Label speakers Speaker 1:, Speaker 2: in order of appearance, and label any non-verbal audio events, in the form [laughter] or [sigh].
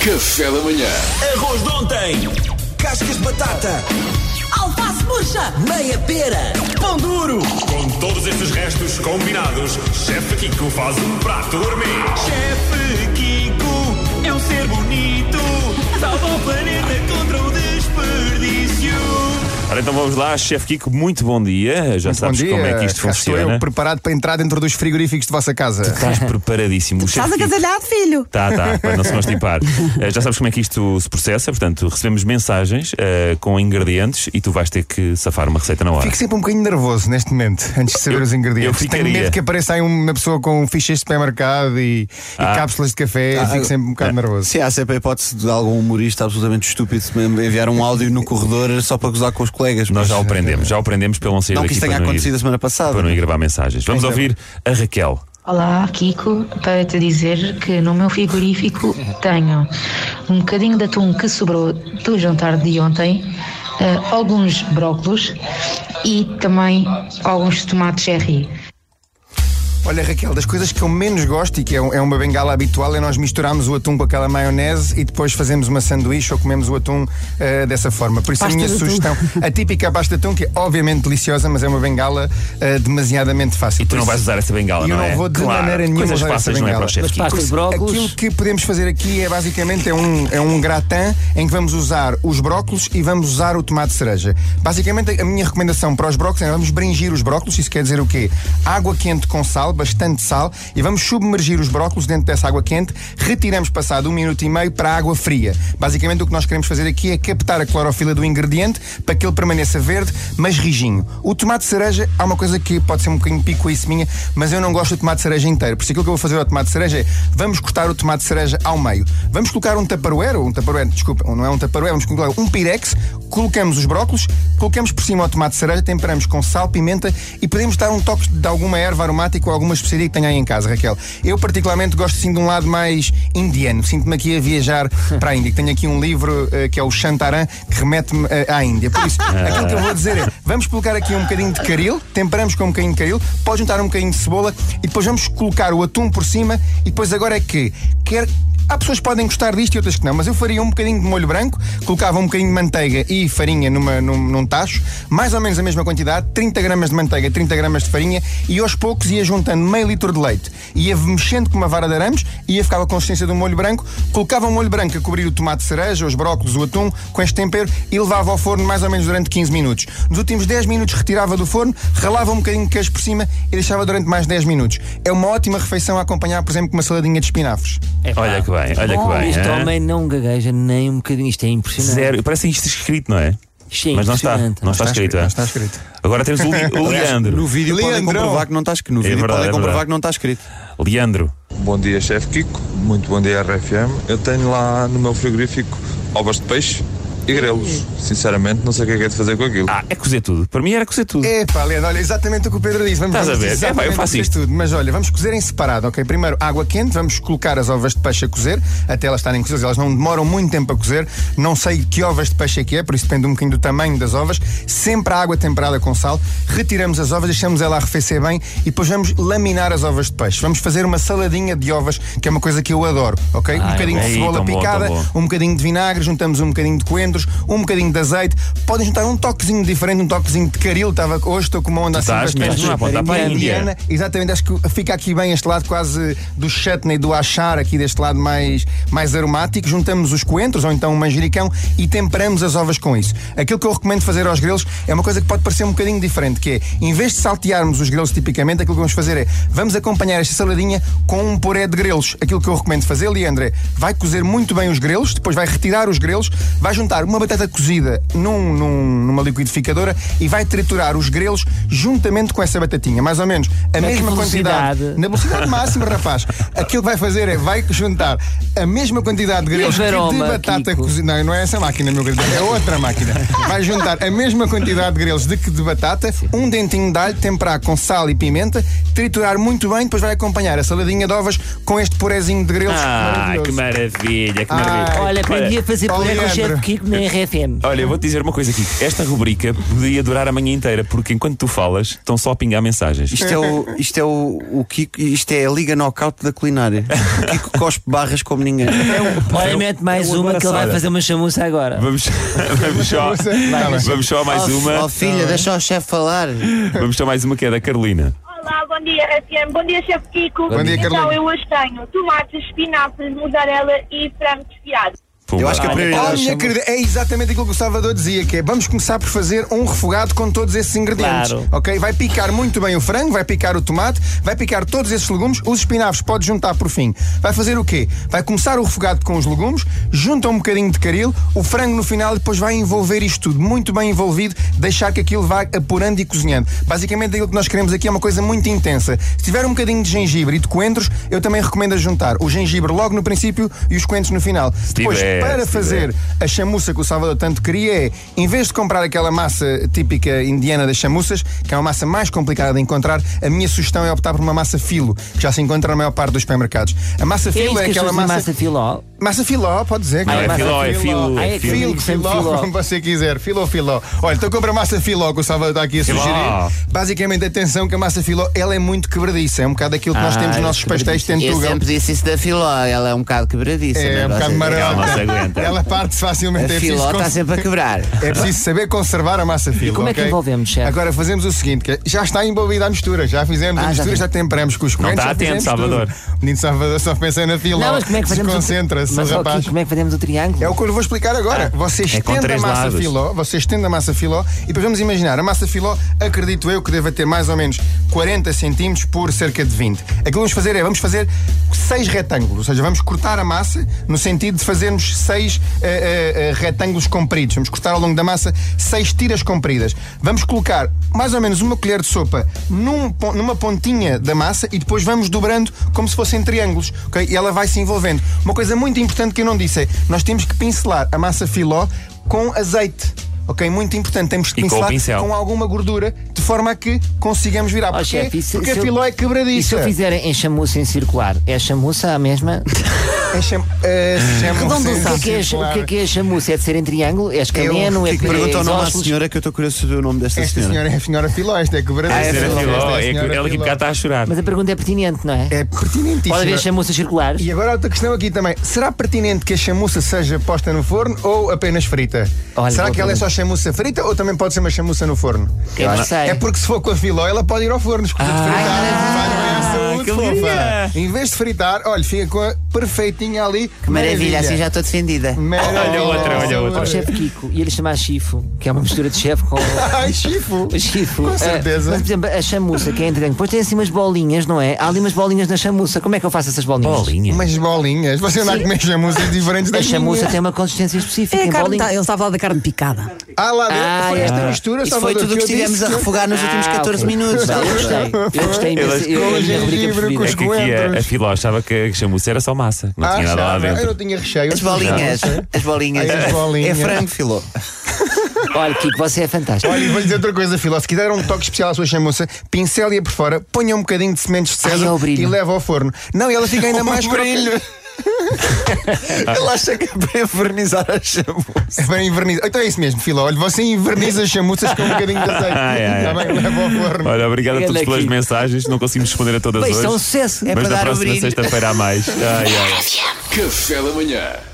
Speaker 1: Café da manhã.
Speaker 2: Arroz de ontem. Cascas de batata.
Speaker 3: Alface murcha!
Speaker 2: Meia pera. Pão duro.
Speaker 4: Com todos esses restos combinados, Chefe Kiko faz um prato gourmet.
Speaker 5: Chefe Kiko é um ser bonito. Salva o planeta contra o desperdício.
Speaker 4: Ora, então vamos lá, Chefe Kiko, muito bom dia. Já
Speaker 6: Muito
Speaker 4: sabes
Speaker 6: bom dia.
Speaker 4: como é que isto
Speaker 6: Cá Estou
Speaker 4: funciona. tá-
Speaker 6: eu preparado para entrar dentro dos frigoríficos de vossa casa.
Speaker 4: Estás
Speaker 6: [laughs]
Speaker 4: preparadíssimo. O
Speaker 3: Estás
Speaker 4: Chefe Kiko-
Speaker 3: agasalhado, filho?
Speaker 4: Tá, tá, para não se constipar. Eh, Já sabes como é que isto se processa, portanto, recebemos mensagens eh, com ingredientes e tu vais ter que safar uma receita na hora.
Speaker 6: Fico sempre um bocadinho nervoso neste momento, antes de saber
Speaker 4: Eu-
Speaker 6: os ingredientes.
Speaker 4: eu
Speaker 6: Tenho
Speaker 4: ficaria.
Speaker 6: medo que apareça aí uma pessoa com fichas de supermercado e, e
Speaker 4: Ah.
Speaker 6: cápsulas de café. Eu fico sempre um bocado nervoso.
Speaker 7: Se há sempre a hipótese de algum humorista absolutamente estúpido de me enviar um áudio no corredor só para gozar com os colegas.
Speaker 4: Nós
Speaker 7: mas
Speaker 4: já o aprendemos, já o aprendemos pelo não sair
Speaker 7: Não que
Speaker 4: daqui
Speaker 7: isso
Speaker 4: para
Speaker 7: tenha
Speaker 4: não,
Speaker 7: acontecido a
Speaker 4: ir,
Speaker 7: semana passada.
Speaker 4: para não ir gravar mensagens. Vamos ouvir a Raquel.
Speaker 8: Olá, Kiko, para te dizer que no meu frigorífico tenho um bocadinho de atum que sobrou do jantar de ontem, eh, alguns brócolos e também alguns tomates cherry.
Speaker 6: Olha, Raquel, das coisas que eu menos gosto e que é, um- é uma bengala habitual é nós misturarmos o atum com aquela maionese e depois fazemos uma sanduíche ou comemos o atum eh, dessa forma. Por isso,
Speaker 3: Pasta
Speaker 6: a minha
Speaker 3: de atum.
Speaker 6: sugestão, a típica pasta de atum, que é obviamente deliciosa, mas é uma bengala eh, demasiadamente fácil.
Speaker 4: E tu
Speaker 6: Por
Speaker 4: não
Speaker 6: isso-
Speaker 4: vais usar essa bengala,
Speaker 6: E eu
Speaker 4: não é?
Speaker 6: não vou de
Speaker 4: claro,
Speaker 6: maneira nenhuma
Speaker 4: Coisas
Speaker 6: usar essa
Speaker 4: fáceis não é para o
Speaker 6: bengala.
Speaker 4: chefe
Speaker 9: Ah,
Speaker 4: Kiko.
Speaker 6: Por isso, Aquilo que podemos fazer aqui é basicamente é um, é um gratin em que vamos usar os brócolos e vamos usar o tomate cereja. Basicamente, a minha recomendação para os brócolos é vamos bringir os brócolos, isso quer dizer o quê? Água quente com sal, bastante sal, e vamos submergir os brócolos dentro dessa água quente, retiramos passado um minuto e meio para a água fria. Basicamente, o que nós queremos fazer aqui é captar a clorofila do ingrediente para que ele permaneça verde, mas rijinho. O tomate cereja, há uma coisa que pode ser um bocadinho pico isso minha, mas eu não gosto do tomate cereja inteiro. Por isso, aquilo que eu vou fazer ao tomate cereja é vamos cortar o tomate cereja ao meio. Vamos colocar um taparoeiro, um taparoeiro, desculpa, não é um taparoeiro, vamos colocar um pirex, colocamos os brócolos, colocamos por cima o tomate cereja, temperamos com sal, pimenta e podemos dar um toque de alguma erva aromática ou alguma especiaria que tenha aí em casa, Raquel. Eu, particularmente, gosto assim de um lado mais indiano. Sinto-me aqui a viajar para a Índia. Tenho aqui um livro eh, que é o Shantaran, que remete-me eh, à Índia. Por isso, aquilo que eu vou dizer é: vamos colocar aqui um bocadinho de caril, temperamos com um bocadinho de caril, pode juntar um bocadinho de cebola e depois vamos colocar o atum por cima. E depois, agora é que quer. Há pessoas que podem gostar disto e outras que não, mas eu faria um bocadinho de molho branco, colocava um bocadinho de manteiga e farinha numa, num, num tacho, mais ou menos a mesma quantidade, 30 gramas de manteiga, 30 gramas de farinha, e aos poucos ia juntando meio litro de leite. Ia mexendo com uma vara de arames, ia ficar com a consistência de um molho branco, colocava um molho branco a cobrir o tomate cereja, os brócolos, o atum, com este tempero, e levava ao forno mais ou menos durante 15 minutos. Nos últimos 10 minutos retirava do forno, ralava um bocadinho de queijo por cima e deixava durante mais 10 minutos. É uma ótima refeição a acompanhar, por exemplo, com uma saladinha de espinafres.
Speaker 4: Olha que bem, olha que bem.
Speaker 9: É Oh, Este
Speaker 4: hã?
Speaker 9: homem não gagueja nem um bocadinho. Isto é impressionante.
Speaker 4: Zero. Parece isto escrito, não é?
Speaker 9: Isto é
Speaker 4: Mas não está,
Speaker 9: impressionante.
Speaker 4: não está escrito.
Speaker 6: escrito,
Speaker 4: é?
Speaker 6: não está escrito.
Speaker 4: Agora temos o, Li- o Leandro.
Speaker 7: No vídeo podem
Speaker 6: Leandrão.
Speaker 7: comprovar que não está escrito. No
Speaker 4: É
Speaker 7: vídeo
Speaker 4: verdade,
Speaker 7: podem
Speaker 4: é
Speaker 7: comprovar
Speaker 4: verdade.
Speaker 7: que não está escrito.
Speaker 4: Leandro.
Speaker 10: Bom dia, chefe Kiko. Muito bom dia, RFM. Eu tenho lá no meu frigorífico ovas de peixe e grelos. Sinceramente, não sei o que é que é de fazer com aquilo.
Speaker 4: Ah, é cozer tudo. Para mim era cozer tudo.
Speaker 6: Epá, Leandro, olha, exatamente o que o Pedro disse. Vamos
Speaker 4: Estás
Speaker 6: vamos
Speaker 4: a ver?
Speaker 6: exatamente
Speaker 4: Epá, eu
Speaker 6: o que
Speaker 4: faço
Speaker 6: diz
Speaker 4: isto.
Speaker 6: tudo. Mas olha, vamos cozer em separado, ok? Primeiro, água quente, vamos colocar as ovas de peixe a cozer, até elas estarem cozidas. Elas não demoram muito tempo a cozer. Não sei que ovas de peixe é que é, por isso depende um bocadinho do tamanho das ovas. Sempre a água temperada com sal. Retiramos as ovas, deixamos ela arrefecer bem e depois vamos laminar as ovas de peixe. Vamos fazer uma saladinha de ovas, que é uma coisa que eu adoro, ok? um bocadinho
Speaker 4: bom.
Speaker 6: de
Speaker 4: Ei, tão Ah,
Speaker 6: cebola
Speaker 4: é, bom, tão
Speaker 6: picada,
Speaker 4: bom.
Speaker 6: um bocadinho de vinagre, juntamos um bocadinho de coentros, um bocadinho de azeite. Podem juntar um toquezinho diferente, um toquezinho de caril. Estava, hoje estou com uma onda assim
Speaker 4: Estás
Speaker 6: bastante
Speaker 4: mesmo a apontar para a Índia.
Speaker 6: indiana. Exatamente, acho que fica aqui bem este lado quase do chutney, do achar, aqui deste lado mais, mais aromático. Juntamos os coentros ou então o manjericão e temperamos as ovas com isso. Aquilo que eu recomendo fazer aos grelos é uma coisa que pode parecer um bocadinho diferente, que é, em vez de saltearmos os grelos tipicamente, aquilo que vamos fazer é, vamos acompanhar esta saladinha com um puré de grelos. Aquilo que eu recomendo fazer, Leandro, é, vai cozer muito bem os grelos, depois vai retirar os grelos, vai juntar uma batata cozida num- num- numa liquidificadora e vai triturar os grelos juntamente com essa batatinha. Mais ou menos a
Speaker 9: que
Speaker 6: mesma
Speaker 9: velocidade?
Speaker 6: quantidade. Na velocidade máxima, rapaz. Aquilo que vai fazer é vai juntar a mesma quantidade de grelos
Speaker 9: E a varoma,
Speaker 6: que de batata
Speaker 9: Kiko?
Speaker 6: cozida. Não, não é essa máquina, meu querido. É outra máquina. Vai juntar a mesma quantidade de grelos de que de batata, um dentinho de alho, temperar com sal e pimenta, triturar muito bem, depois vai acompanhar a saladinha de ovas com este purezinho de grelos.
Speaker 4: Ah, que
Speaker 6: maravilhoso.
Speaker 4: maravilha, que
Speaker 6: Ah,
Speaker 4: maravilha.
Speaker 9: Olha, aprendi a fazer
Speaker 6: Ó,
Speaker 9: puré com o
Speaker 6: Leandro.
Speaker 9: chefe Kiko na RFM.
Speaker 4: Olha, eu vou-te dizer uma coisa aqui. Esta rubrica podia durar a manhã inteira, porque enquanto tu falas, estão só a pingar mensagens.
Speaker 7: Isto é, o, isto, é o, o Kiko, isto é a liga knockout da culinária. O Kiko cospe barras como ninguém.
Speaker 9: Olha, mete mais
Speaker 4: Ah, eu
Speaker 9: uma
Speaker 4: agora
Speaker 9: que ele vai
Speaker 4: saio.
Speaker 9: fazer uma chamuça agora.
Speaker 4: [laughs] Vamos, vamos, só, vamos só a mais
Speaker 7: Oh,
Speaker 4: uma.
Speaker 7: filha, deixa o chefe falar.
Speaker 4: Vamos só a mais uma que é da Carolina.
Speaker 1: Olá, bom dia, FM. Bom dia, chefe Kiko.
Speaker 6: Bom dia,
Speaker 1: então,
Speaker 6: Carolina.
Speaker 1: eu hoje tenho tomates, espinafres, mussarela e frango desfiado.
Speaker 4: Pumba.
Speaker 7: Eu acho que a
Speaker 6: Oh,
Speaker 7: prioridade.
Speaker 6: minha querida, é exatamente aquilo que o Salvador dizia, que é vamos começar por fazer um refogado com todos esses ingredientes.
Speaker 9: Claro.
Speaker 6: Ok? Vai picar muito bem o frango, vai picar o tomate, vai picar todos esses legumes, os espinafres pode juntar por fim. Vai fazer o quê? Vai começar o refogado com os legumes, junta um bocadinho de caril, o frango no final e depois vai envolver isto tudo, muito bem envolvido, deixar que aquilo vá apurando e cozinhando. Basicamente aquilo que nós queremos aqui é uma coisa muito intensa. Se tiver um bocadinho de gengibre e de coentros, eu também recomendo a juntar o gengibre logo no princípio e os coentros no final. Depois,
Speaker 4: tiver,
Speaker 6: para
Speaker 4: se
Speaker 6: fazer a chamuça que o Salvador tanto queria é, em vez de comprar aquela massa típica indiana das chamuças, que é uma massa mais complicada de encontrar, a minha sugestão é optar por uma massa filo, que já se encontra na maior parte dos supermercados. A massa
Speaker 9: É
Speaker 6: filo
Speaker 9: isso
Speaker 6: é
Speaker 9: que as
Speaker 6: aquela
Speaker 9: pessoas dizem,
Speaker 6: massa.
Speaker 9: massa filó.
Speaker 6: Massa filó, pode dizer.
Speaker 9: Ah,
Speaker 6: claro.
Speaker 4: Não, é
Speaker 9: Massa
Speaker 4: filó, é filo.
Speaker 9: Ah, é
Speaker 4: é
Speaker 9: que-
Speaker 4: filo.
Speaker 6: Filo,
Speaker 9: sempre
Speaker 6: filó,
Speaker 9: filó.
Speaker 6: como você quiser, filó, filó. Olha, então compra massa filó que o Salvador está aqui a
Speaker 4: Filó.
Speaker 6: sugerir. Basicamente, atenção que a massa filó ela é muito quebradiça, é um bocado aquilo que nós
Speaker 9: Ah,
Speaker 6: temos nos nossos pastéis de Tentugal.
Speaker 9: é
Speaker 7: disse isso da Filó, ela é um bocado quebradiça.
Speaker 6: É um bocado
Speaker 4: Ela não se
Speaker 6: [laughs] marota.
Speaker 4: aguenta.
Speaker 6: Ela parte facilmente. é preciso cons-
Speaker 7: sempre a quebrar.
Speaker 6: É preciso saber conservar a massa fila.
Speaker 9: como é que
Speaker 6: ok?
Speaker 9: envolvemos, chefe?
Speaker 6: Agora fazemos o seguinte: que já está envolvida a mistura, já fizemos a
Speaker 7: Ah, já
Speaker 6: mistura,
Speaker 7: fiz.
Speaker 6: já, temperamos com os coentros.
Speaker 4: está
Speaker 6: já
Speaker 4: atento,
Speaker 6: fizemos
Speaker 4: Salvador.
Speaker 6: tudo. Menino Salvador só pensa na fila.
Speaker 9: Não, mas como é que
Speaker 6: se
Speaker 9: fazemos o-
Speaker 6: concentra-se,
Speaker 9: Mas, ó,
Speaker 6: rapaz.
Speaker 9: Kiko, como é que fazemos o triângulo?
Speaker 6: É o que eu lhe vou explicar agora. Você
Speaker 4: Ah, é com
Speaker 6: estende a
Speaker 4: três
Speaker 6: massa
Speaker 4: lados.
Speaker 6: filó, você estende a massa filó e depois vamos imaginar, a massa filó, acredito eu que deva ter mais ou menos 40 centímetros por cerca de 20. Aquilo que vamos fazer é, vamos fazer seis retângulos, ou seja, vamos cortar a massa no sentido de fazermos seis eh, eh, eh, retângulos compridos. Vamos cortar ao longo da massa seis tiras compridas. Vamos colocar mais ou menos uma colher de sopa num pon- numa pontinha da massa e depois vamos dobrando como se fossem triângulos, ok? E ela vai se envolvendo. Uma coisa muito importante que eu não disse é, nós temos que pincelar a massa filó com azeite. Ok, muito importante. Temos
Speaker 4: E
Speaker 6: que
Speaker 4: com o
Speaker 6: pincelar
Speaker 4: pincel.
Speaker 6: alguma gordura de forma a que consigamos virar.
Speaker 9: Ó,
Speaker 6: Porquê?
Speaker 9: Oh, chefe, e se-
Speaker 6: Porque
Speaker 9: se
Speaker 6: a
Speaker 9: eu-
Speaker 6: filó é
Speaker 9: E se
Speaker 6: quebradiça.
Speaker 9: eu fizer em chamuça em circular? É chamuça a mesma?
Speaker 6: É cham... é, chama-
Speaker 9: O que é que é cha- o que é que é chamuça? É de ser em triângulo? É escaleno? É
Speaker 7: Kiko,
Speaker 9: é
Speaker 7: pergunta o nome à
Speaker 9: isósceles?
Speaker 7: senhora que eu estou curioso de saber o nome desta
Speaker 6: Esta
Speaker 7: senhora.
Speaker 6: senhora é a senhora filó, esta é quebradiça.
Speaker 7: Ah, é
Speaker 4: Era filó,
Speaker 7: filó,
Speaker 4: é que
Speaker 6: Esta
Speaker 4: ela aqui
Speaker 6: né? filó.
Speaker 4: bocado está a chorar.
Speaker 9: Mas a pergunta é pertinente, não é?
Speaker 6: É pertinentíssima.
Speaker 9: Pode haver chamuças circulares?
Speaker 6: E agora outra questão aqui também. Será pertinente que a chamuça seja posta no forno ou apenas frita?
Speaker 9: Olha,
Speaker 6: Será
Speaker 9: boa
Speaker 6: que ela é
Speaker 9: pergunta.
Speaker 6: só chamuça frita ou também pode ser uma chamuça no forno?
Speaker 9: Eu não sei.
Speaker 6: É porque se for com a filó, ela pode ir ao forno. Escuta de fritar, vai bem à saúde,
Speaker 4: que
Speaker 6: fofa.
Speaker 4: linda.
Speaker 6: Em vez de fritar, olha, fica com a perfeitinha ali. Que
Speaker 4: é
Speaker 7: assim estou defendida.
Speaker 4: Olha outra, olha outra.
Speaker 9: Ao chefe Kiko, e ele chamar chifo, que é uma mistura de chefe com.
Speaker 6: Ai, chifo.
Speaker 9: Chifo.
Speaker 6: Com
Speaker 9: Ah,
Speaker 6: certeza.
Speaker 9: mas, por exemplo, a chamuça, que é entre Depois tem assim umas bolinhas, não é? Há ali umas bolinhas na chamuça. Como é que eu faço essas bolinhas?
Speaker 4: Bolinha.
Speaker 6: Umas bolinhas. Você andar a comer chamuças diferentes da
Speaker 9: A chamuça
Speaker 6: minha.
Speaker 9: tem uma consistência específica.
Speaker 3: É a
Speaker 9: em
Speaker 3: carne,
Speaker 9: bolinha.
Speaker 3: tá- ele estava a falar da carne picada.
Speaker 6: Ah, lá dentro.
Speaker 9: Ah,
Speaker 6: foi
Speaker 9: é.
Speaker 6: esta mistura,
Speaker 7: Isso
Speaker 6: Salvador,
Speaker 7: foi tudo o que
Speaker 6: eu
Speaker 7: estivemos
Speaker 6: disse
Speaker 7: a
Speaker 6: que-
Speaker 7: refogar nos últimos
Speaker 9: Ah,
Speaker 7: 14
Speaker 9: ok.
Speaker 7: minutos.
Speaker 9: Eu gostei. Eu gostei imenso. Eu,
Speaker 6: Com
Speaker 9: eu, eu,
Speaker 6: gengibre, com
Speaker 4: É
Speaker 6: os
Speaker 4: que aqui a, a
Speaker 6: coentros.
Speaker 4: filó achava que a chamuça era só massa. Não
Speaker 6: Ah,
Speaker 4: tinha nada lá
Speaker 6: achava. Eu
Speaker 4: dentro.
Speaker 6: não tinha recheio.
Speaker 7: As bolinhas. As bolinhas.
Speaker 6: Ai, as bolinhas.
Speaker 7: É frango, filó.
Speaker 9: Olha, Kiko, você é fantástico.
Speaker 6: Olha, e vou-lhe dizer outra cosa, Filó. Se quiser dar um toque especial à sua chamuça, pincel-a por fora, ponha um bocadinho de sementes de
Speaker 9: Ai,
Speaker 6: césar
Speaker 9: é o brilho.
Speaker 6: e leva ao forno. Não, e ela fica ainda [laughs] mais
Speaker 9: [laughs]
Speaker 6: brilho.
Speaker 7: Ele acha que é para envernizar a chamuça.
Speaker 6: É para invernizar. Então é isso mesmo, Filó. Olha, você inverniza as chamuças com um bocadinho de
Speaker 4: [laughs]
Speaker 6: azeite.
Speaker 4: Ai, ai,
Speaker 6: Está
Speaker 4: ai.
Speaker 6: bem, leva ao forno.
Speaker 4: Olha, obrigado a
Speaker 9: Olha
Speaker 4: todos
Speaker 9: aqui.
Speaker 4: pelas mensagens. Não conseguimos responder a todas
Speaker 9: Bem,
Speaker 4: hoje.
Speaker 9: isto é um sucesso.
Speaker 7: É
Speaker 4: mas
Speaker 7: para
Speaker 4: na
Speaker 7: dar o
Speaker 9: [laughs]
Speaker 4: próxima
Speaker 7: brilho.
Speaker 4: sexta-feira há mais. Ai, ai.
Speaker 5: Café da manhã.